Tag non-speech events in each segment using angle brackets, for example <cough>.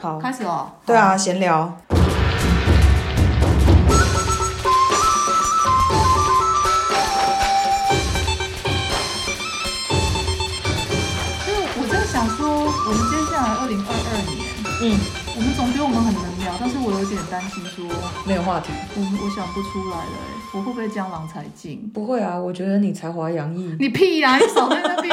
好，开始哦。对啊，闲聊。就是我在想说，我们接下来二零二二年，嗯，我们总觉得我们很能聊，但是我有点担心说，我没有话题。我想不出来了、欸，我会不会江郎才尽？不会啊，我觉得你才华洋溢。你屁呀、你少在那边。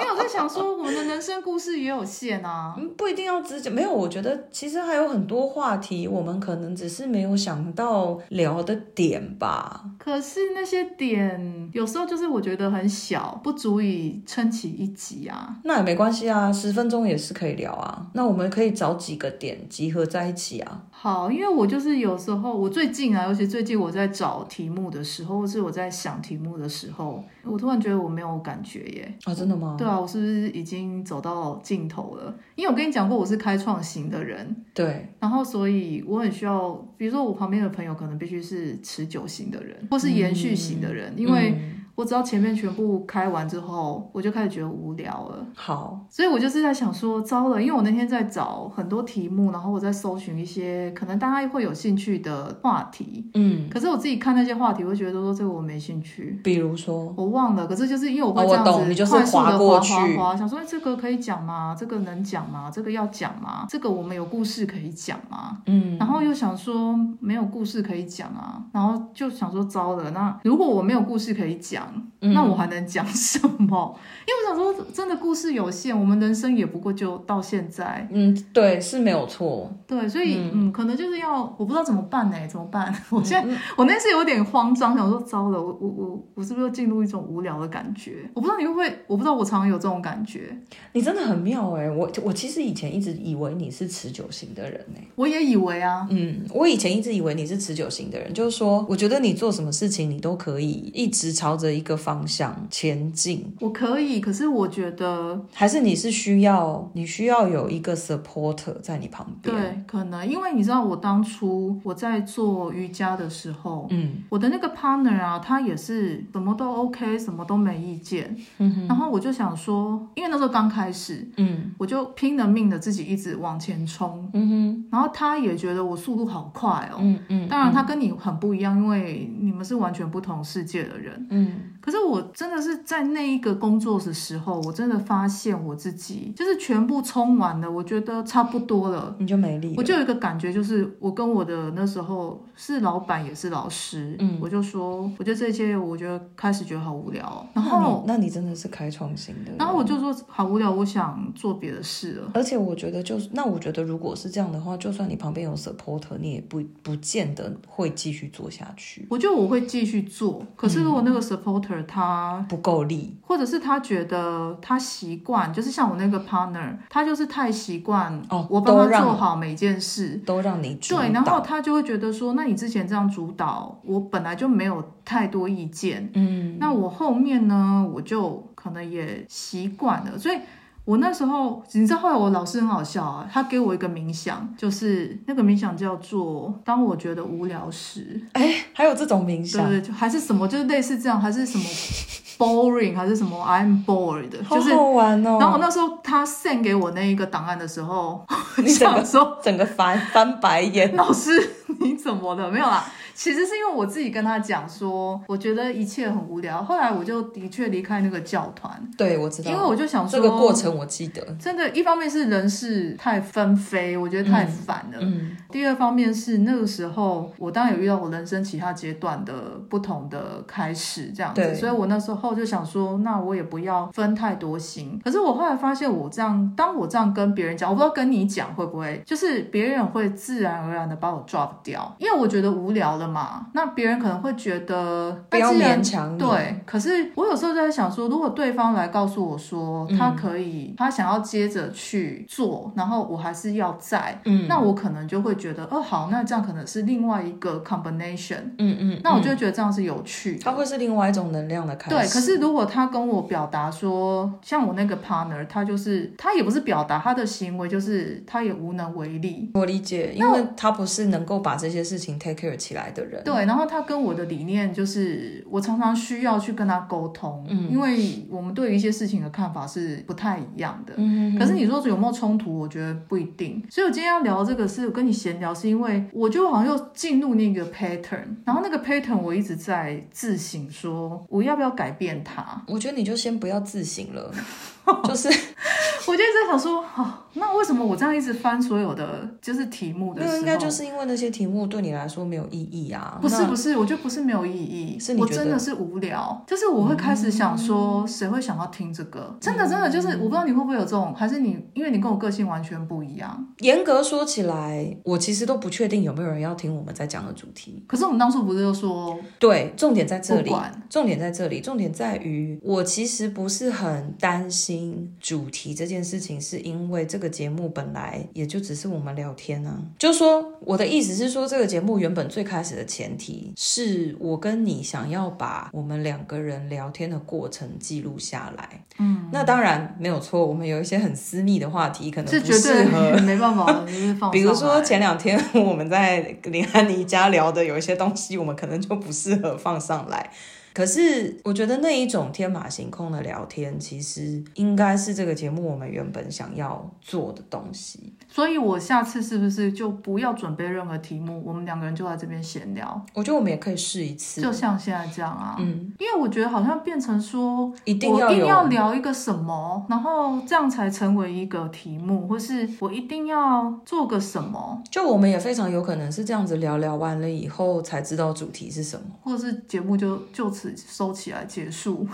因为我在想说，我们的人生故事也有限啊。嗯，不一定要只讲，没有，我觉得其实还有很多话题，我们可能只是没有想到聊的点吧。可是那些点，有时候就是我觉得很小，不足以撑起一集啊。那也没关系啊，十分钟也是可以聊啊。那我们可以找几个点集合在一起啊。好，因为我就是有时候，我最近啊，尤其最近我在找题目的时候，或是我在想题目的时候，我突然觉得我没有感觉耶。啊，真的吗？对啊，我是不是已经走到尽头了？因为我跟你讲过，我是开创型的人，对，然后所以我很需要，比如说我旁边的朋友可能必须是持久型的人，或是延续型的人，因为嗯我只要前面全部开完之后，我就开始觉得无聊了。好，所以我就是在想说，糟了，因为我那天在找很多题目，然后我在搜寻一些可能大家会有兴趣的话题，嗯，可是我自己看那些话题，我会觉得说这个我没兴趣。比如说，我忘了，可是就是因为我哦会我这样懂你就子是快速划的过划划去划，想说哎这个可以讲吗？这个能讲吗？这个要讲吗？这个我们有故事可以讲吗？嗯，然后又想说没有故事可以讲啊，然后就想说糟了，那如果我没有故事可以讲，嗯那我还能讲什么？ <laughs> 因为我想说，真的故事有限，我们人生也不过就到现在，嗯，对，是没有错。对，所以嗯可能就是要我不知道怎么办呢、欸怎么办？ <laughs> 我现在、我那次有点慌张，想说糟了，我我我我是不是又进入一种无聊的感觉？我不知道你会不会，我不知道我常常有这种感觉，你真的很妙哎、我我其实以前一直以为你是持久型的人哎、我也以为啊，嗯，我以前一直以为你是持久型的人，就是说，我觉得你做什么事情，你都可以一直朝着一个方向前进，我可以，可是我觉得还是你是需要你需要有一个 supporter 在你旁边？，对，可能因为你知道，我当初我在做瑜伽的时候，嗯，我的那个 partner 啊，他也是什么都 OK，什么都没意见。然后我就想说，因为那时候刚开始，嗯我就拼了命的自己一直往前冲。嗯哼，然后他也觉得我速度好快哦。嗯嗯，当然，他跟你很不一样，因为你们是完全不同世界的人。嗯可是我真的是在那一个工作的时候，我真的发现我自己就是全部冲完了，我觉得差不多了。你就没力我了，就有一个感觉，就是我跟我的那时候是老板也是老师，嗯我就说，我觉得这些我觉得开始觉得好无聊哦，然那你后那你真的是开创型的人，然后我就说好无聊，我想做别的事了。而且我觉得就是，那我觉得如果是这样的话，就算你旁边有 supporter，你也不不见得会继续做下去，我觉得我会继续做，可是嗯如果那个 supporter 他，不够力。或者是他觉得他习惯，就是像我那个 partner，他就是太习惯哦我帮他都让做好每件事，都让你主对，然导后他就会觉得说，那你之前这样主导，我本来就没有太多意见，嗯，那我后面呢，我就可能也习惯了，所以。我那时候，你知道，后来我老师很好笑啊，他给我一个冥想，就是那个冥想叫做“当我觉得无聊时哎，还有这种冥”，对想，对，就还是什么，就是类似这样，还是什么 boring，还是什么 I'm bored，好就是。好玩哦。然后我那时候他 send 给我那一个档案的时候， <laughs> 我你整想个说，整个翻翻白眼， <laughs> 老师，你怎么了？没有啦，其实是因为我自己跟他讲说，我觉得一切很无聊。后来我就的确离开那个教团，对我知因为道我就想这说，个过程我记得，真的，一方面是人事太纷飞，我觉得太烦了。嗯第二方面是那个时候，我当然有遇到我人生其他阶段的不同的开始，这样对子，所以我那时候就想说，那我也不要分太多心。可是我后来发现，我这样，当我这样跟别人讲，我不知道跟你讲会不会，就是别人会自然而然的把我 drop 掉，因为我觉得无聊了嘛。那别人可能会觉得，不要那既然勉强你，对，可是我有时候就在想说，如果对方来告诉我说他可以，他想要接着去做，然后我还是要在，嗯那我可能就会觉得，哦，好，那这样可能是另外一个 combination，嗯嗯，那我就会觉得这样是有趣的。它会是另外一种能量的开始。对，可是如果他跟我表达说，像我那个 partner，他就是他也不是表达他的行为，就是他也无能为力。我理解，因为它不是能够把这些事情 take care 起来的人。对，然后他跟我的理念就是，我常常需要去跟他沟通，嗯因为我们对于一些事情的看法是不太一样的。嗯可是你说有没有冲突？我觉得不一定。所以我今天要聊这个是，我跟你闲聊，是因为我就好像又进入那个 pattern，然后那个 pattern 我一直在自省说，我要不要改变它？ <laughs> 我觉得你就先不要自省了，就是我就一直在想说，哦，那为什么我这样一直翻所有的就是题目的没时有，候，应该就是因为那些题目对你来说没有意义啊。不是那不是，我觉得不是没有意义，是你我觉得嗯真的是无聊，就是我会开始想说，谁会想要听这个？真的真的就是，我不知道你会不会有这种，还是你因为你跟我个性完全不一样。严格说起来，我其实都不确定有没有人要听我们在讲的主题。可是我们当初不是就说对，重点在这不里。管，重点在这里，重点在于我其实不是很担心主题这件事情，是因为这个节目本来也就只是我们聊天啊。就说我的意思是说，这个节目原本最开始的前提是我跟你想要把我们两个人聊天的过程记录下来。嗯，那当然没有错，我们有一些很私密的话题，可能这不绝适合对没办法，就是 <laughs> 放上来。比如说前两天 <laughs> 我们在林安妮家聊的有一些东西，我们可能就不适合放上来。可是我觉得那一种天马行空的聊天，其实应该是这个节目我们原本想要做的东西。所以我下次是不是就不要准备任何题目，我们两个人就在这边闲聊，我觉得我们也可以试一次，就像现在这样啊。嗯，因为我觉得好像变成说一定我要一定有要聊一个什么，然后这样才成为一个题目，或是我一定要做个什么，就我们也非常有可能是这样子聊聊完了以后才知道主题是什么，或者是节目就就此收起来结束。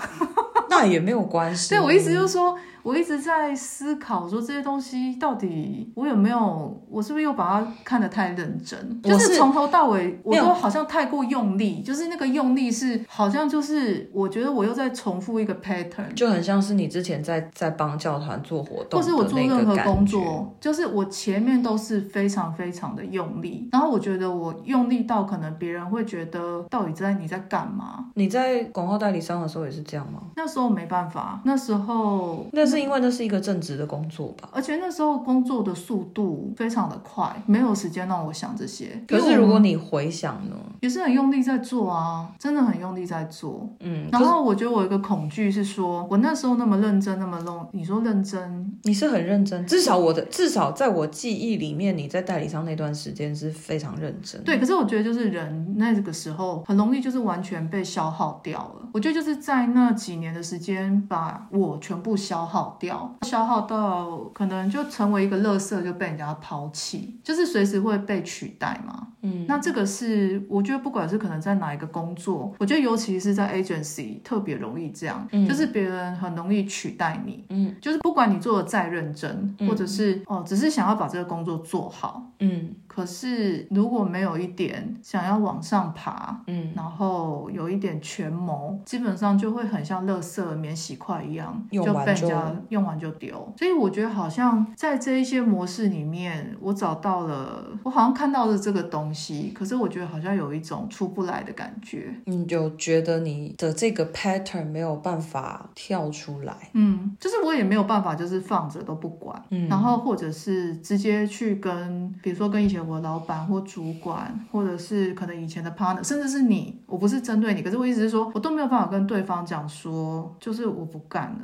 那也没有关 <laughs> 系。所以我一直就是说，我一直在思考说这些东西到底我有没有，我是不是又把它看得太认真？我就是是从头到尾我没有都好像太过用力，就是那个用力是好像就是我觉得我又在重复一个 pattern。就很像是你之前在在帮教团做活动，或是我做任何工，作，就是我前面都是非常非常的用力，然后我觉得我用力到可能别人会觉得到底在你在干嘛？哦你在广告代理商的时候也是这样吗？那时候没办法，那时候。那是因为那是一个正职的工作吧。而且那时候工作的速度非常的快，没有时间让我想这些。可因为是我如果你回想呢？也是很用力在做啊，真的很用力在做。嗯，然后我觉得我有一个恐惧是说，我那时候那么认真，那么弄，你说认真，你是很认真，至少我的至少在我记忆里面，你在代理商那段时间是非常认真。对，可是我觉得就是人那个时候很容易就是完全被消耗掉了。我觉得就是在那几年的时间，把我全部消耗掉，消耗到可能就成为一个垃圾，就被人家抛弃，就是随时会被取代嘛。嗯，那这个是我觉得不管是可能在哪一个工作，我觉得尤其是在 agency 特别容易这样，就是别人很容易取代你。嗯，就是不管你做的再认真，或者是哦，只是想要把这个工作做好。嗯可是如果没有一点想要往上爬，嗯，然后有一点权谋，基本上就会很像垃圾免洗块一样，用被完人就家用完就丢。所以我觉得好像在这一些模式里面，我找到了，我好像看到了这个东西，可是我觉得好像有一种出不来的感觉。你就觉得你的这个 pattern 没有办法跳出来。嗯，就是我也没有办法，就是放着都不管，嗯然后或者是直接去跟，比如说跟以前我的老板或主管，或者是可能以前的 partner，甚至是你，我不是针对你，可是我意思是说，我都没有办法跟对方讲说，就是我不干了。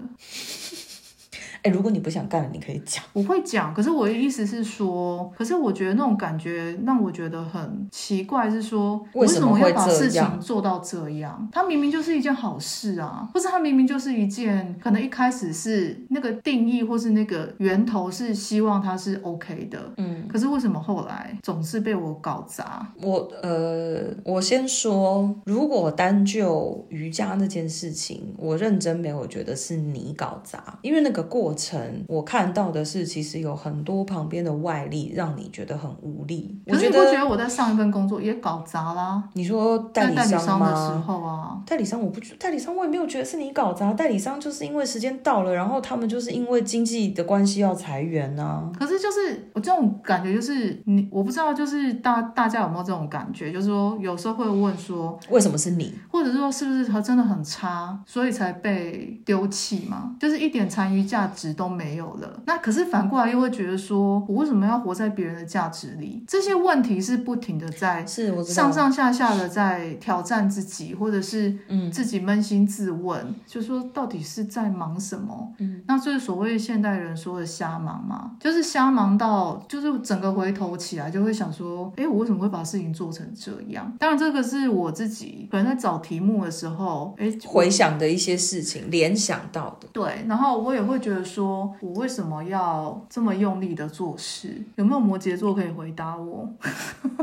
哎，如果你不想干了，你可以讲。我会讲，可是我的意思是说，可是我觉得那种感觉让我觉得很奇怪，是说为什么我会要把这事情样做到这样？它明明就是一件好事啊，或是它明明就是一件可能一开始是那个定义或是那个源头是希望它是 OK 的，嗯，可是为什么后来总是被我搞砸？我呃，我先说，如果单就瑜伽那件事情，我认真没有觉得是你搞砸，因为那个过程我看到的是，其实有很多旁边的外力让你觉得很无力。我可是觉你不觉得得我在上一份工作也搞砸啦？你说代在理代理商商的时吗？候啊，代理商我不觉，代理商我也没有觉得是你搞砸，代理商就是因为时间到了，然后他们就是因为经济的关系要裁员啊。可是就是我这种感觉，就是你我不知道，就是大大家有没有这种感觉，就是说有时候会问说，为什么是你？或者是说是不是它真的很差，所以才被丢弃嘛？就是一点残余价值都没有了。那可是反过来又会觉得说，我为什么要活在别人的价值里？这些问题是不停的在是我知道上上下下的在挑战自己，或者是嗯自己扪心自问，就说到底是在忙什么？嗯，那就是所谓现代人说的瞎忙嘛，就是瞎忙到就是整个回头起来就会想说，诶，我为什么会把事情做成这样？当然，这个是我自己可能在找题目的时候，诶，回想的一些事情，联想到的，对，然后我也会觉得说，我为什么要这么用力的做事？有没有摩羯座可以回答我？ <laughs>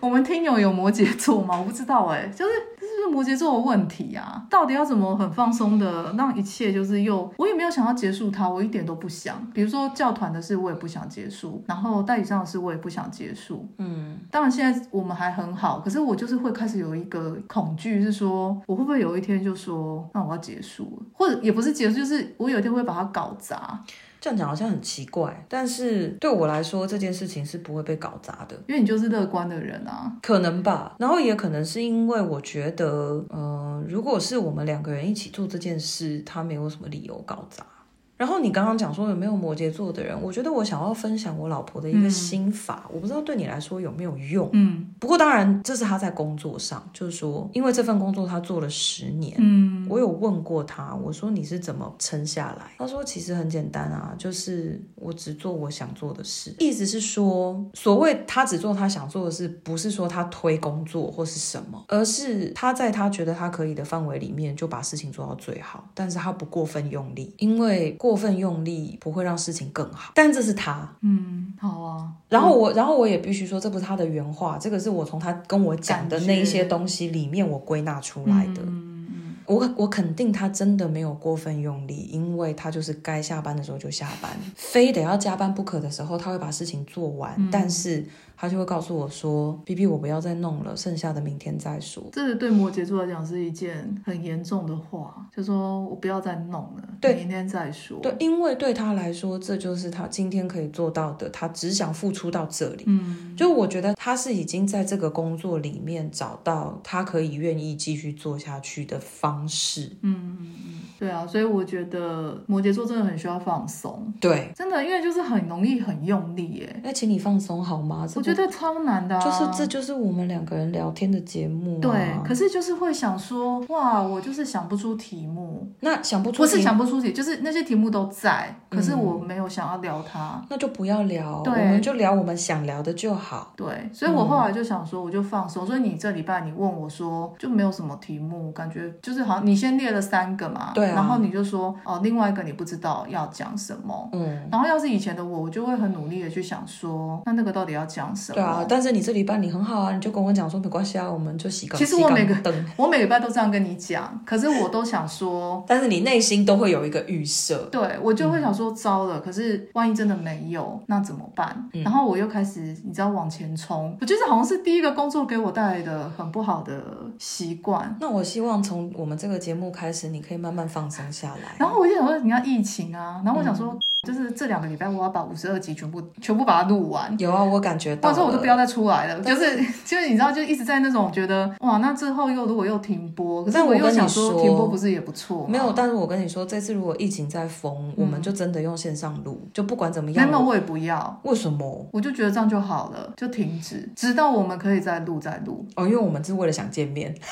我们听友有摩羯座吗？我不知道哎、就是这是摩羯座的问题啊，到底要怎么很放松的让一切就是又我也没有想要结束它，我一点都不想。比如说教团的事，我也不想结束，然后代理商的事，我也不想结束。嗯，当然现在我们还很好，可是我就是会开始有一个恐惧，是说我会不会有一天就说，那我要结束了，或者也不是结束，就是我有一天会把它搞砸，这样讲好像很奇怪，但是对我来说这件事情是不会被搞砸的。因为你就是乐观的人啊。可能吧，然后也可能是因为我觉得，呃，如果是我们两个人一起做这件事，他没有什么理由搞砸。然后你刚刚讲说有没有摩羯座的人，我觉得我想要分享我老婆的一个心法，我不知道对你来说有没有用。嗯不过当然，这是她在工作上，就是说，因为这份工作她做了十年，嗯我有问过他，我说你是怎么撑下来？他说其实很简单啊，就是我只做我想做的事。意思是说，所谓他只做他想做的事，不是说他推工作或是什么，而是他在他觉得他可以的范围里面就把事情做到最好，但是他不过分用力，因为过分用力不会让事情更好。但这是他。嗯，好啊。然后我，然后我也必须说，这不是他的原话，这个是我从他跟我讲的感觉那一些东西里面我归纳出来的。嗯嗯我我肯定他真的没有过分用力，因为他就是该下班的时候就下 <laughs> 班，非得要加班不可的时候，他会把事情做完，嗯但是他就会告诉我说：“B B，我不要再弄了，剩下的明天再说。这个对摩羯座来讲是一件很严重的话，就说我不要再弄了，对明天再说。”对，因为对他来说，这就是他今天可以做到的，他只想付出到这里。嗯，就我觉得他是已经在这个工作里面找到他可以愿意继续做下去的方式。嗯对啊，所以我觉得摩羯座真的很需要放松，对，真的，因为就是很容易很用力耶，那请你放松好吗？这我不觉得超难的、啊。就是这就是我们两个人聊天的节目、啊。对，可是就是会想说，哇，我就是想不出题目，那想不出不是题想不出题，就是那些题目都在，可是我没有想要聊它。那就不要聊，对我们就聊我们想聊的就好。对，所以我后来就想说，我就放松。所以你这礼拜你问我说，就没有什么题目，感觉就是好像你先列了三个嘛，对啊然后你就说哦，另外一个你不知道要讲什么。嗯，然后要是以前的我，我就会很努力的去想说，那那个到底要讲什么？对啊，但是你这礼拜你很好啊，你就跟我讲说没关系啊，我们就洗稿。其实我每个等，我每礼拜都这样跟你讲，可是我都想说，但是你内心都会有一个预设，对我就会想说糟嗯了，可是万一真的没有，那怎么办？然后我又开始，你知道往前冲，我觉得这好像是第一个工作给我带来的很不好的习惯。那我希望从我们这个节目开始，你可以慢慢放松下来。然后我就想说，你看疫情啊，然后我想嗯说，就是这两个礼拜我要把五十二集全部全部把它录完。有啊，我感觉到或了。者说我都不要再出来了，就是 <laughs> 就是你知道，就一直在那种觉得哇，那之后又如果又停播，可是但我又跟你想说停播不是也不错吗？没有，但是我跟你说，这次如果疫情再封，我们就真的用线上录，就不管怎么嗯没有，样没。有我也不要，为什么？我就觉得这样就好了，就停止，直到我们可以再录再录。哦，因为我们是为了想见面。 <laughs>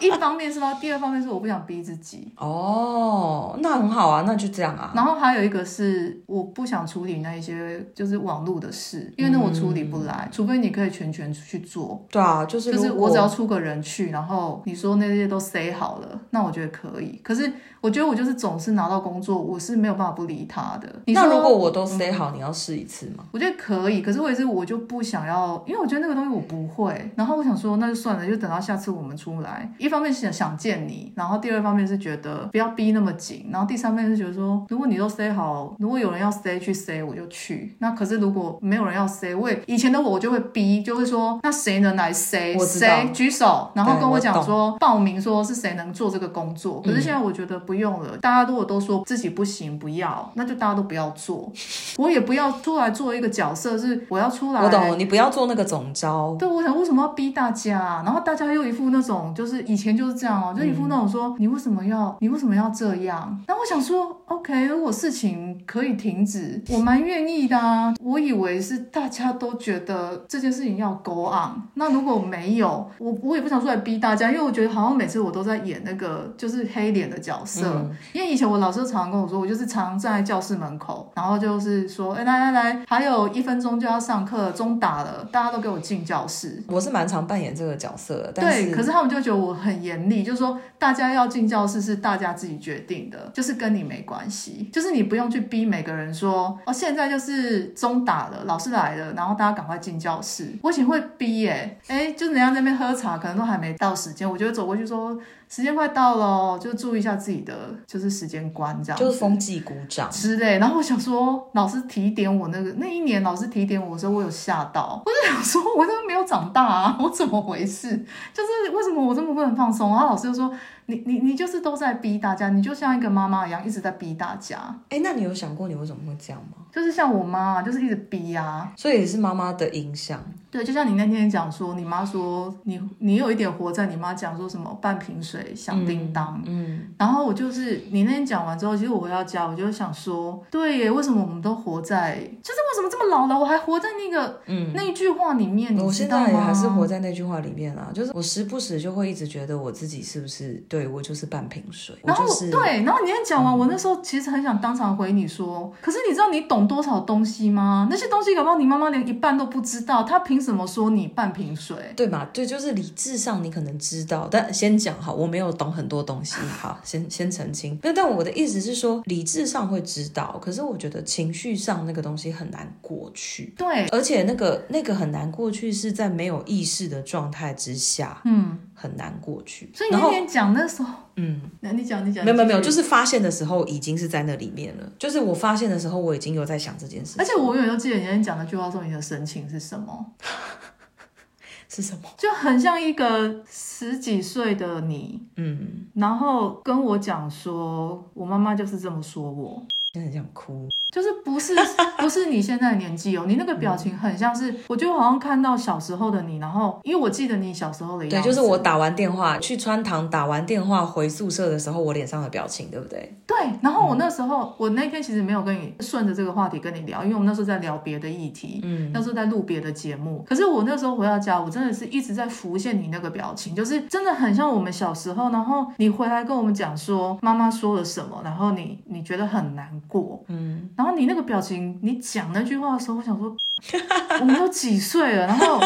一方面是吧，第二方面是我不想逼自己，哦，那很好啊，那就这样啊。然后还有一个是我不想处理那一些就是网络的事，因为那我处理不来，除非你可以全权去做。对啊，嗯就是就如是果我只要出个人去，然后你说那些都 say 好了，那我觉得可以。可是我觉得我就是总是拿到工作，我是没有办法不理他的。你说嗯那如果我都 say 好，你要试一次吗？我觉得可以，可是我也是我就不想要，因为我觉得那个东西我不会。然后我想说，那就算了，就等到下次我们出来。一方面是想想见你，然后第二方面是觉得不要逼那么紧，然后第三方面是觉得说，如果你都 say 好，如果有人要 say 去 say 我就去。那可是如果没有人要 say，我也以前的我我就会逼，就会说那谁能来 say 我知道谁举手，然后对跟我我讲懂说报名说是谁能做这个工作。可是现在我觉得不用了，大家如果都说自己不行不要，那就大家都不要做。我也不要出来做一个角色，是我要出来。我懂，你不要做那个总招。对，我想为什么要逼大家啊、然后大家又一副那种就是就是以前就是这样哦、就一副那种说、你为什么要你为什么要这样？那我想说，OK，如果事情可以停止，我蛮愿意的啊。我以为是大家都觉得这件事情要 go on，那如果没有，我我也不想出来逼大家，因为我觉得好像每次我都在演那个就是黑脸的角色，因为以前我老师常常跟我说，我就是常常站在教室门口，然后就是说，哎、来来来，还有一分钟就要上课，钟打了，大家都给我进教室。我是蛮常扮演这个角色的，但对，是可是他们就觉得我很严厉，就是说大家要进教室是大家自己决定的，就是跟你没关系，就是你不用去逼每个人说哦，现在就是钟打了，老师来了，然后大家赶快进教室。我以前会逼耶、欸，哎、就是人家在那边喝茶，可能都还没到时间，我就会走过去说时间快到了哦，就注意一下自己的就是时间观这样子，就是风纪鼓掌。之类。然后我想说，老师提点我那个那一年老师提点我的时候，我有吓到，我就想说，我真的没有长大啊， <laughs> 我怎么回事？就是为什么我这么不能放松？然后老师就说，你你你就是都在逼大家，你就像一个妈妈一样，一直在逼大家，哎，那你有想过你为什么会这样吗？就是像我妈，就是一直逼啊。所以也是妈妈的影响。对，就像你那天讲说，你妈说你你有一点活在你妈讲说什么半瓶水响叮当，嗯，然后我就是你那天讲完之后，其实我回到家，我就想说，对耶，为什么我们都活在，就是为什么这么老了，我还活在那个嗯那一句话里面，你我知现道吗？在也还是活在那句话里面啊，就是我时不时就会一直觉得我自己是不是对我就是半瓶水，我然后、就是对，然后你那天讲完，我那时候其实很想当场回你说，可是你知道你懂多少东西吗？那些东西搞不好你妈妈连一半都不知道，她凭什么说你半瓶水？对嘛？对，就是理智上你可能知道，但先讲好，我没有懂很多东西，好，先先澄清。那但我的意思是说，理智上会知道，可是我觉得情绪上那个东西很难过去，对，而且那个那个很难过去是在没有意识的状态之下嗯，很难过去。所以你然那后天讲那时候，嗯，那你讲你讲，没有没有你没有，继续就是发现的时候已经是在那里面了，就是我发现的时候我已经有在想这件事情， <laughs> 而且我永远都记得你那天讲那句话说你的神情是什么。是什么？就很像一个十几岁的你，嗯，然后跟我讲说，我妈妈就是这么说我，真的很想哭。就是不是 <laughs> 不是你现在的年纪哦，你那个表情很像是，我就好像看到小时候的你，然后因为我记得你小时候的样对，子，就是我打完电话去穿堂，打完电话回宿舍的时候，我脸上的表情，对不对？对，然后我那时候、我那天其实没有跟你顺着这个话题跟你聊，因为我们那时候在聊别的议题，嗯，那时候在录别的节目，可是我那时候回到家，我真的是一直在浮现你那个表情，就是真的很像我们小时候。然后你回来跟我们讲说妈妈说了什么，然后你你觉得很难过，嗯，然后你那个表情，你讲那句话的时候，我想说我们都几岁了，然后。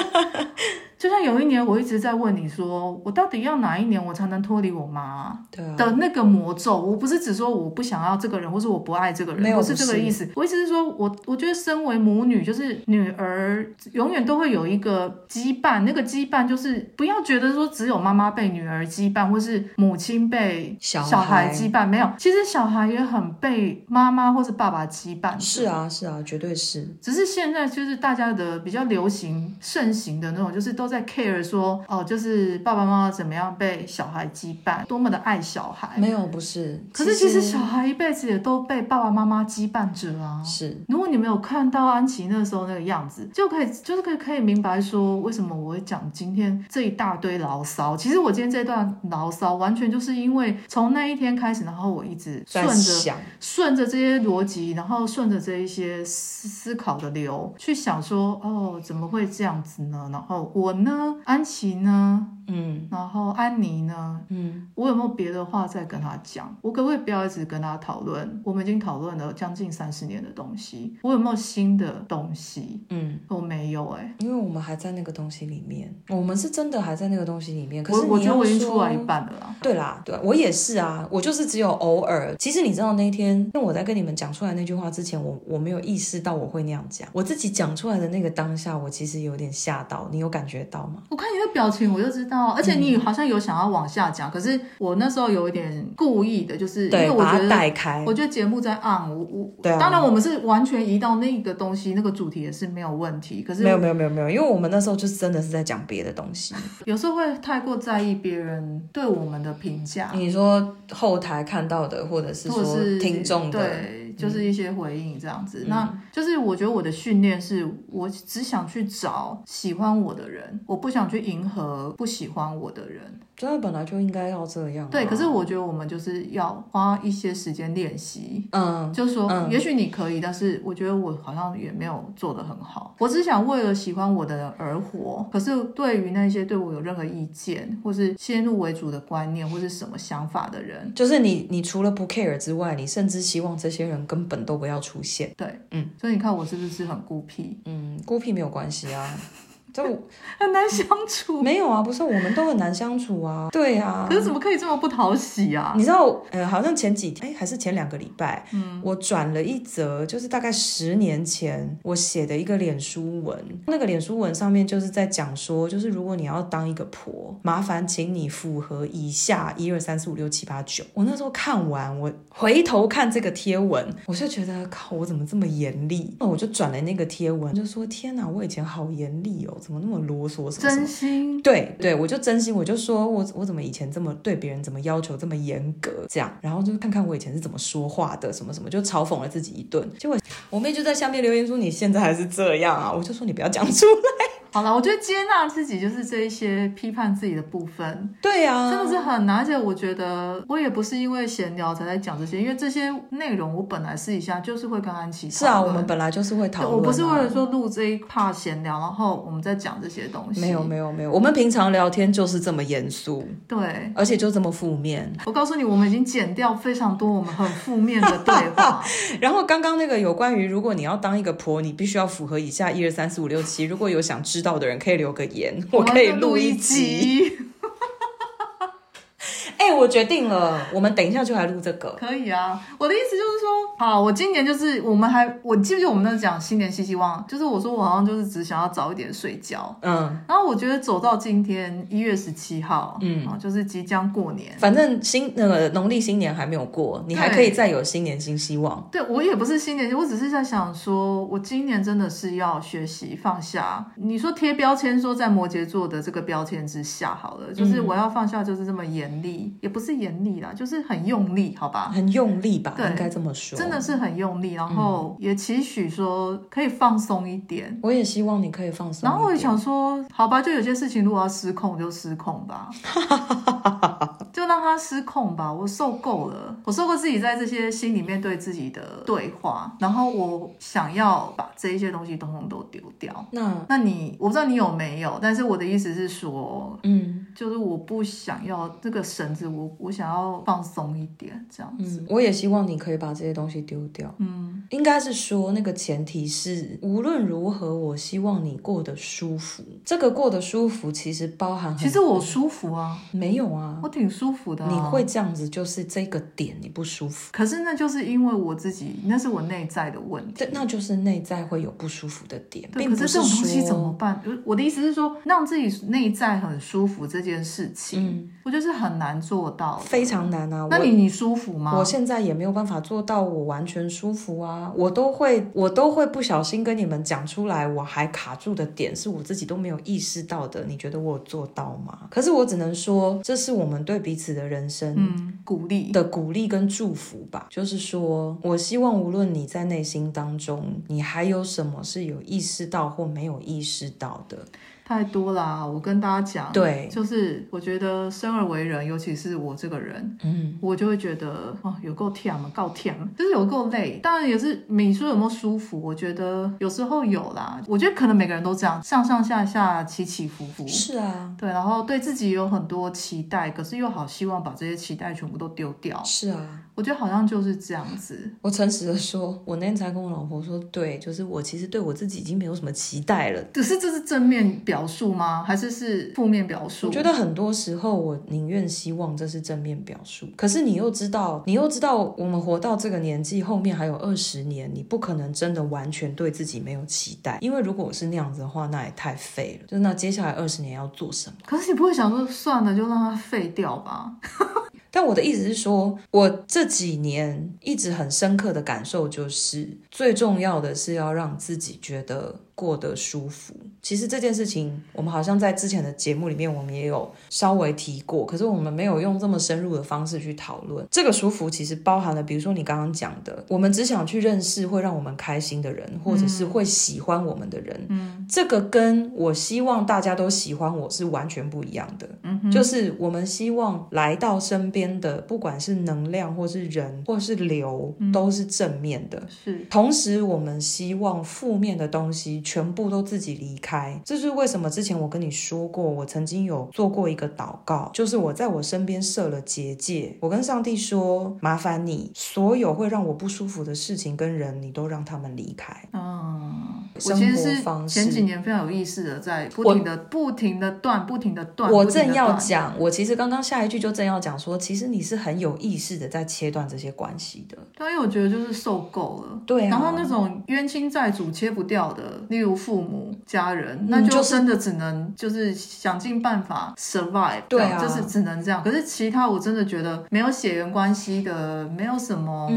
就像有一年，我一直在问你说，我到底要哪一年我才能脱离我妈啊、对啊，的那个魔咒，我不是只说我不想要这个人，或是我不爱这个没人，有是这不个是意思。我意思是说，我我觉得身为母女，就是女儿永远都会有一个羁绊，那个羁绊就是不要觉得说只有妈妈被女儿羁绊，或是母亲被小小孩孩羁绊，没有，其实小孩也很被妈妈或是爸爸羁绊。是。啊是啊，绝对是。只是现在就是大家的比较流行盛行的那种，就是都在 care 说哦，就是爸爸妈妈怎么样被小孩羁绊，多么的爱小孩，没有，不是。可是其实小孩一辈子也都被爸爸妈妈羁绊着啊。是如果你没有看到安琪那时候那个样子，就可以就是可以可以明白说为什么我会讲今天这一大堆牢骚。其实我今天这段牢骚完全就是因为从那一天开始，然后我一直顺在着想，顺着这些逻辑，然后顺着这一些思思考的流去想说，哦，怎么会这样子呢？然后我呢，安琪呢，嗯然后安妮呢，嗯，我有没有别的话再跟他讲？我可不可以不要一直跟他讨论？我们已经讨论了将近三十年的东西，我有没有新的东西？嗯，我没有哎、因为我们还在那个东西里面，我们是真的还在那个东西里面。可是我我你觉得要我已经说出来一半了啊啦。 <laughs> 对啦，对我也是啊，我就是只有偶尔。其实你知道那天，那我在跟你们讲出来那句话之前，我我没有意识到我会那样讲。我自己讲出来的那个当下，我其实有点吓到。你有感觉到吗？我看你的表情，我就知道，而且嗯你好像有想要往下讲，可是我那时候有一点故意的，就是因对为，我把觉它得。带开我。觉得节目在 on，我我、对啊当然我们是完全移到那个东西，那个主题也是没有问题。可是没有没有没有没有，因为我们那时候就真的是在讲别的东西。有时候会太过在意别人对我们的评价，你说后台看到的，或者是啊或者说是听众的嗯对就是一些回应这样子。那就是我觉得我的训练是我只想去找喜欢我的人，我不想去迎合不喜欢我的人。真的啊本来就应该要这样啊、对，可是我觉得我们就是要花一些时间练习。嗯，就是说，嗯也许你可以，但是我觉得我好像也没有做得很好。我只想为了喜欢我的人而活，可是对于那些对我有任何意见，或是先入为主的观念，或是什么想法的人，就是你你除了不 care 之外，你甚至希望这些人根本都不要出现。对，嗯，所以你看我是不是很孤僻，嗯，孤僻没有关系啊，这我 <laughs> 很难相处？没有啊，不是我们都很难相处啊，对啊可。是怎么可以这么不讨喜啊？你知道，呃，好像前几天，哎，还是前两个礼拜，嗯，我转了一则，就是大概十年前我写的一个脸书文。那个脸书文上面就是在讲说，就是如果你要当一个婆，麻烦请你符合以下一二三四五六七八九。我那时候看完，我回头看这个贴文，我就觉得靠，我怎么这么严厉？那我就转了那个贴文，就说天哪，我以前好严厉哦，怎么那么啰嗦什么什么真心对对，我就真心，我就说我我怎么以前这么对别人怎么要求这么严格，这样，然后就看看我以前是怎么说话的，什么什么，就嘲讽了自己一顿。结果我妹就在下面留言说你现在还是这样啊，我就说你不要讲出来。好了，我觉得接纳自己就是这一些批判自己的部分，对啊呀、真的是很难。而且我觉得我也不是因为闲聊才在讲这些，因为这些内容我本来私底下就是会跟安琪是啊，讨我论们本来就是会对讨论、啊。我不是为了说录这一 part 闲聊，然后我们再讲这些东西，没有没有没有，我们平常聊天就是这么严肃，对。而且就这么负面。我告诉你，我们已经剪掉非常多我们很负面的对话，然后刚刚那个有关于如果你要当一个婆，你必须要符合以下一二三四五六七。如果有想知道的人，可以留个言， <laughs> 我可以们录录一集。集， <laughs> 哎、我决定了，我们等一下就来录这个。可以啊，我的意思就是说，好，我今年就是我们还，我记不记得我们那时候讲新年新希望，就是我说我好像就是只想要早一点睡觉，嗯，然后我觉得走到今天一月十七号，嗯啊，就是即将过年。反正新那个农历新年还没有过，你还可以再有新年新希望。对我也不是新年，我只是在想说，我今年真的是要学习放下。你说贴标签，说在摩羯座的这个标签之下，好了，就是我要放下，就是这么严厉，也不是严厉啦，就是很用力，好吧？很用力吧，对应该这么说。真的，是很用力，然后也期许说可以嗯放松一点。我也希望你可以放松。然后我也，想说，好吧，就有些事情如果要失控就失控 <laughs> 吧，就让它失控吧。我受够了，我受够自己在这些心里面对自己的对话，然后我想要把这一些东西通通都丢掉。那那你我不知道你有没有，但是我的意思是说，嗯就是我不想要这个绳子，我我想要放松一点，这样子。嗯，我也希望你可以把这些东西丢掉。嗯，应该是说那个前提是，无论如何，我希望你过得舒服。这个过得舒服，其实包含很嗯其实我舒服啊，没有啊，我挺舒服的、啊。你会这样子，就是这个点你不舒服。可是那就是因为我自己，那是我内在的问题对，。那就是内在会有不舒服的点，对，并可不是说这种东西怎么办？就是我的意思是说，让自己内在很舒服这件事情，我就是很难做到的。非常难嗯啊。那我你你舒服吗？我现在也没有办法做到我完全舒服啊，我都会我都会不小心跟你们讲出来，我还卡住的点是我自己都没有意识到的。你觉得我有做到吗？可是我只能说，这是我们对彼此的人生嗯，鼓励。的鼓励跟祝福吧，就是说我希望无论你在内心当中，你还有什么是有意识到或没有意识到的，太多啦，我跟大家讲，对就是我觉得生而为人，尤其是我这个人，嗯，我就会觉得哦，有够甜嘛，够甜，就是有够累。当然也是，你说有没有舒服？我觉得有时候有啦，我觉得可能每个人都这样，上上下下，起起伏伏。是啊，对，然后对自己有很多期待，可是又好希望把这些期待全部都丢掉。是啊。我觉得好像就是这样子，我诚实的说，我那天才跟我老婆说，对，就是我其实对我自己已经没有什么期待了。可是这是正面表述吗？还是是负面表述？我觉得很多时候，我宁愿希望这是正面表述。可是你又知道，你又知道，我们活到这个年纪，后面还有二十年，你不可能真的完全对自己没有期待，因为如果我是那样子的话，那也太废了。就是那接下来二十年要做什么？可是你不会想说算了，就让它废掉吧？但我的意思是说，我这几年一直很深刻的感受就是，最重要的是要让自己觉得。过得舒服。其实这件事情，我们好像在之前的节目里面，我们也有稍微提过，可是我们没有用这么深入的方式去讨论。这个舒服其实包含了，比如说你刚刚讲的，我们只想去认识会让我们开心的人，或者是会喜欢我们的人。嗯，这个跟我希望大家都喜欢我是完全不一样的。嗯，就是我们希望来到身边的，不管是能量，或是人，或是流，都是正面的。是同时，我们希望负面的东西全部都自己离开。这就是为什么之前我跟你说过，我曾经有做过一个祷告，就是我在我身边设了结界，我跟上帝说：“麻烦你，所有会让我不舒服的事情跟人，你都让他们离开。”嗯，我生其实活是方前式几年非常有意识的在不我停的、不停的断、不停的断。我不停地正要断，讲，我其实刚刚下一句就正要讲说，其实你是很有意识的在切断这些关系的。对，啊因为我觉得就是受够了。对啊然后那种冤亲债主切不掉的，例如父母、家人，那嗯就就是真的只能就是想尽办法 survive 这对样。啊就是只能这样。可是其他我真的觉得没有血缘关系的，没有什么，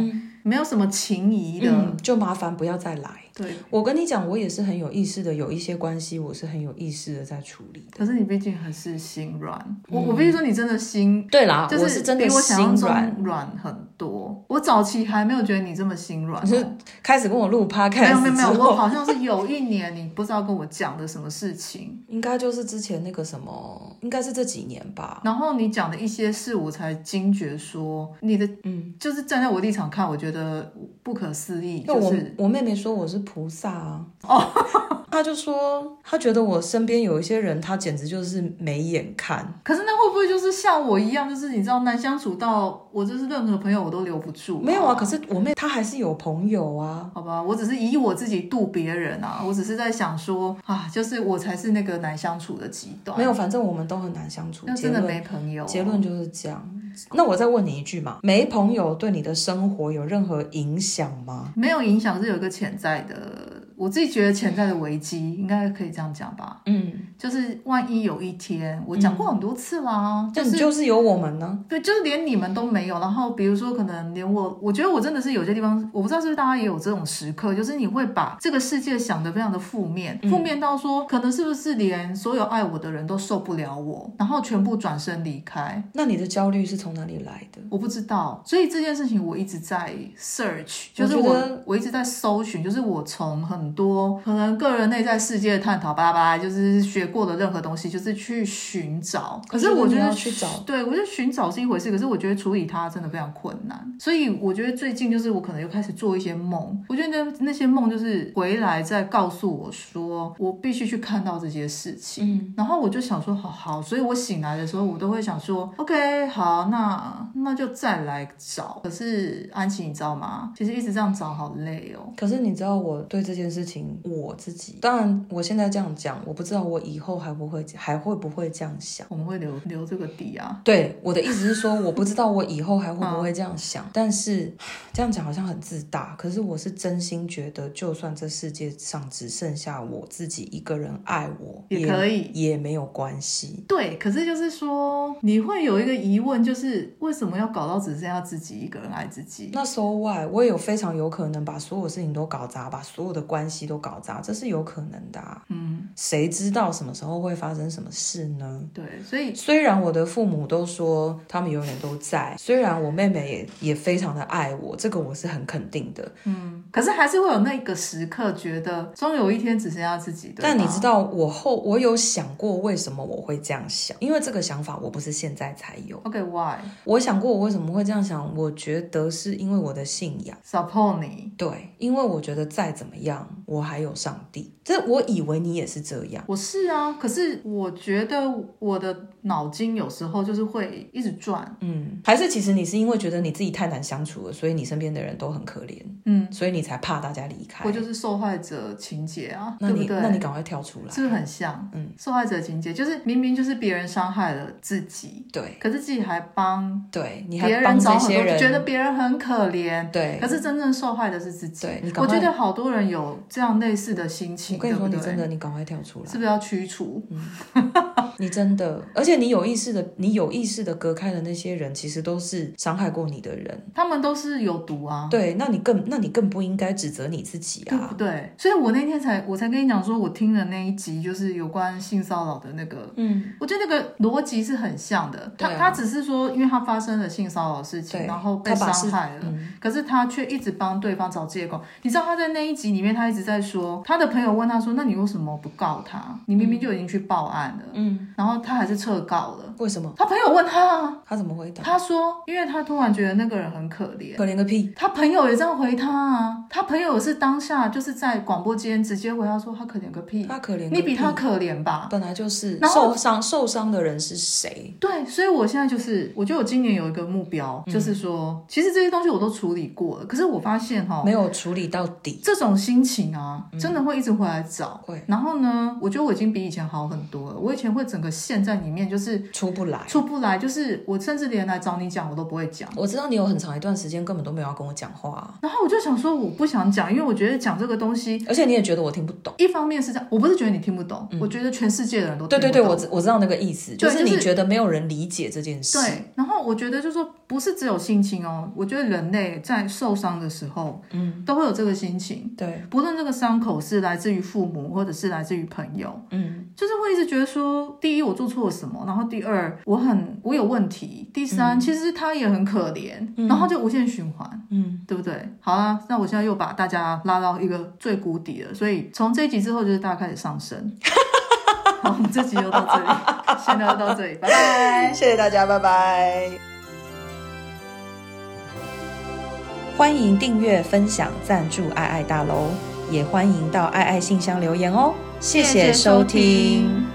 没有什么情谊的，嗯，就麻烦不要再来。对。我跟你讲，我也是很有意识的，有一些关系我是很有意识的在处理。可是你毕竟还是心软，嗯我我必须说你真的心对啦，就我是真的比我心想象软，中软很多。我早期还没有觉得你这么心 <laughs> 软、你是哦，开始跟我录没有没 podcast 有没之有，我后，好像是有一年你不知道跟我讲的什么事 <laughs> 情，应该就是之前那个什么，应该是这几年吧。然后你讲的一些事，我才惊觉说你的嗯，就是站在我立场看，我觉得不可思议，因为就我是我妹妹说我是菩萨啊，哦， <laughs> 她就说她觉得我身边有一些人，她简直就是没眼看。可是那会不会就是像我一样，就是你知道难相处到我就是任何朋友我都留不住、没有啊，。可是我妹她还是有朋友啊。好吧，我只是以我自己度别人啊，我只是在想说啊，就是我才是那个难相处的极端。没有，反正我们都很难相处。啊那结真的论没朋友、结论就是这样。那我再问你一句嘛，没朋友对你的生活有任何影响吗？没有影响，是有一个潜在的，我自己觉得潜在的危机，应该可以这样讲吧。嗯，就是万一有一天，我讲过很多次啦，就就你是就是有我们呢。对，就是连你们都没有。然后比如说，可能连我，我觉得我真的是有些地方，我不知道是不是大家也有这种时刻，就是你会把这个世界想得非常的负面，嗯负面到说，可能是不是连所有爱我的人都受不了我，然后全部转身离开。那你的焦虑是从哪里来的？我不知道，所以这件事情我一直在 search，我就是觉我得我一直在搜寻，就是我从很多可能个人内在世界的探讨，巴拉巴拉，就是学过的任何东西，就是去寻找。可是我我觉觉得你要得去找对我觉得寻找是一回事，可是我觉得处理它真的非常困难。所以我觉得最近就是我可能又开始做一些梦，我觉得那那些梦就是回来再告诉我说，我必须去看到这些事情。嗯，然后我就想说，好好，所以我醒来的时候，我都会想说，OK，好，那那就再来找。可是安琪，你知道吗？其实一直这样找好累哦。可是你知道我对这件事情我自己，当然我现在这样讲，我不知道我以后还不会还会不会这样想。我们会留留这个底啊，对，我的意思是说，我不知道我以后还嗯会不会这样想，但是这样讲好像很自大，可是我是真心觉得，就算这世界上只剩下我自己一个人爱我，也可以也没有关系。对，可是就是说，你会有一个疑问，就是为什么要搞到只剩下自己一个人爱自己？那 so why？我也有非常有可能把所有事情都搞砸，把所有的关系都搞砸，这是有可能的、啊。嗯，谁知道什么时候会发生什么事呢？对，所以虽然我的父母都说他们永远都在，虽然我妹妹也也非常的爱我，这个我是很肯定的。可是还是会有那个时刻，觉得终有一天只剩下自己。对但你吗知道，我后我有想过为什么我会这样想，因为这个想法我不是现在才有。 ？OK，Why？、我想过我为什么会这样想，我觉得是因为我的信仰。 support 你，对，因为我觉得再怎么样，我还有上帝。这我以为你也是这样。我是啊，可是我觉得我的脑筋有时候就是会一直转，嗯，还是其实你是因为觉得你自己太难相处了，所以你身边的人都很可怜，嗯，所以你才怕大家离开我。就是受害者情节啊，那对不你对？那你赶快跳出来。是不是很像？嗯，受害者情节就是明明就是别人伤害了自己，对可是自己还帮对，你还别帮人这找很些多，就人，觉得别人很可怜，对可是真正受害的是自己。对，你赶我快觉。得好多人有这样类似的心我情，跟你说，对你不对真的，你赶快跳出来是。不是要驱除？ <laughs> 你真的，而且你有意识的，你有意识的隔开的那些人，其实都是伤害过你的人。他们都是有毒啊，对，那你更，那你更不应该指责你自己对不啊。对？所以我那天才我才跟你讲说，我听了那一集就是有关性骚扰的那个，嗯，我觉得那个逻辑是很像的。他、对啊他只是说，因为他发生了性骚扰的事情，对然后被他把事伤嗯害了，可是他却一直帮对方找借口。你知道他在那一集里面，他一直在说，他的朋友问他说：“那你为什么不告他？你明明就已经去报案了。”嗯，然后他还是撤告了。为什么？他朋友问他啊，他怎么回答？他说：“因为他突然觉得那个人很可怜。”可怜个屁！他朋友也这样回他啊，他朋友是当下就是在广播间直接回他说他可怜个屁，他可怜个屁，你比他可怜吧？本来就是然后受伤受伤的人是谁？对，所以我现在就是，我觉得我今年有一个目标，就是说，嗯其实这些东西我都处理过了，可是我发现哈、没有处理到底，这种心情啊，真的会一直回来找。嗯会然后呢，我觉得我已经比以前好很多了。我以前会整个陷在里面，就是出不来。出不来，就是我甚至连来找你讲我都不会讲。我知道你有很长一段时间根本都没有要跟我讲话啊、然后我就想说，我不想讲，因为我觉得讲这个东西而且你也觉得我听不懂。一方面是这样，我不是觉得你听不懂，我觉得全世界的人都对听对对，不懂我知我知道那个意思，对就是就是你觉得没有人理解这件事。对。然后我觉得就是说，不是只有性侵哦，我觉得人类在受伤的时候，嗯，都会有这个心情。对，不论这个伤口是来自于父母，或者是来自于朋友，嗯，就是会一直觉得说，第一我做错了什么，然后第二我很我有问题，第三、其实他也很可怜，然后就无限循环。嗯，对不对？好啦，那我现在又把大家拉到一个最谷底了，所以从这一集之后就是大家开始上升。 <laughs> 好，我们这集就到这里，先聊到这里，拜拜。谢谢大家，拜拜。欢迎订阅、分享、赞助爱爱大楼，也欢迎到爱爱信箱留言哦。谢谢谢谢收收听听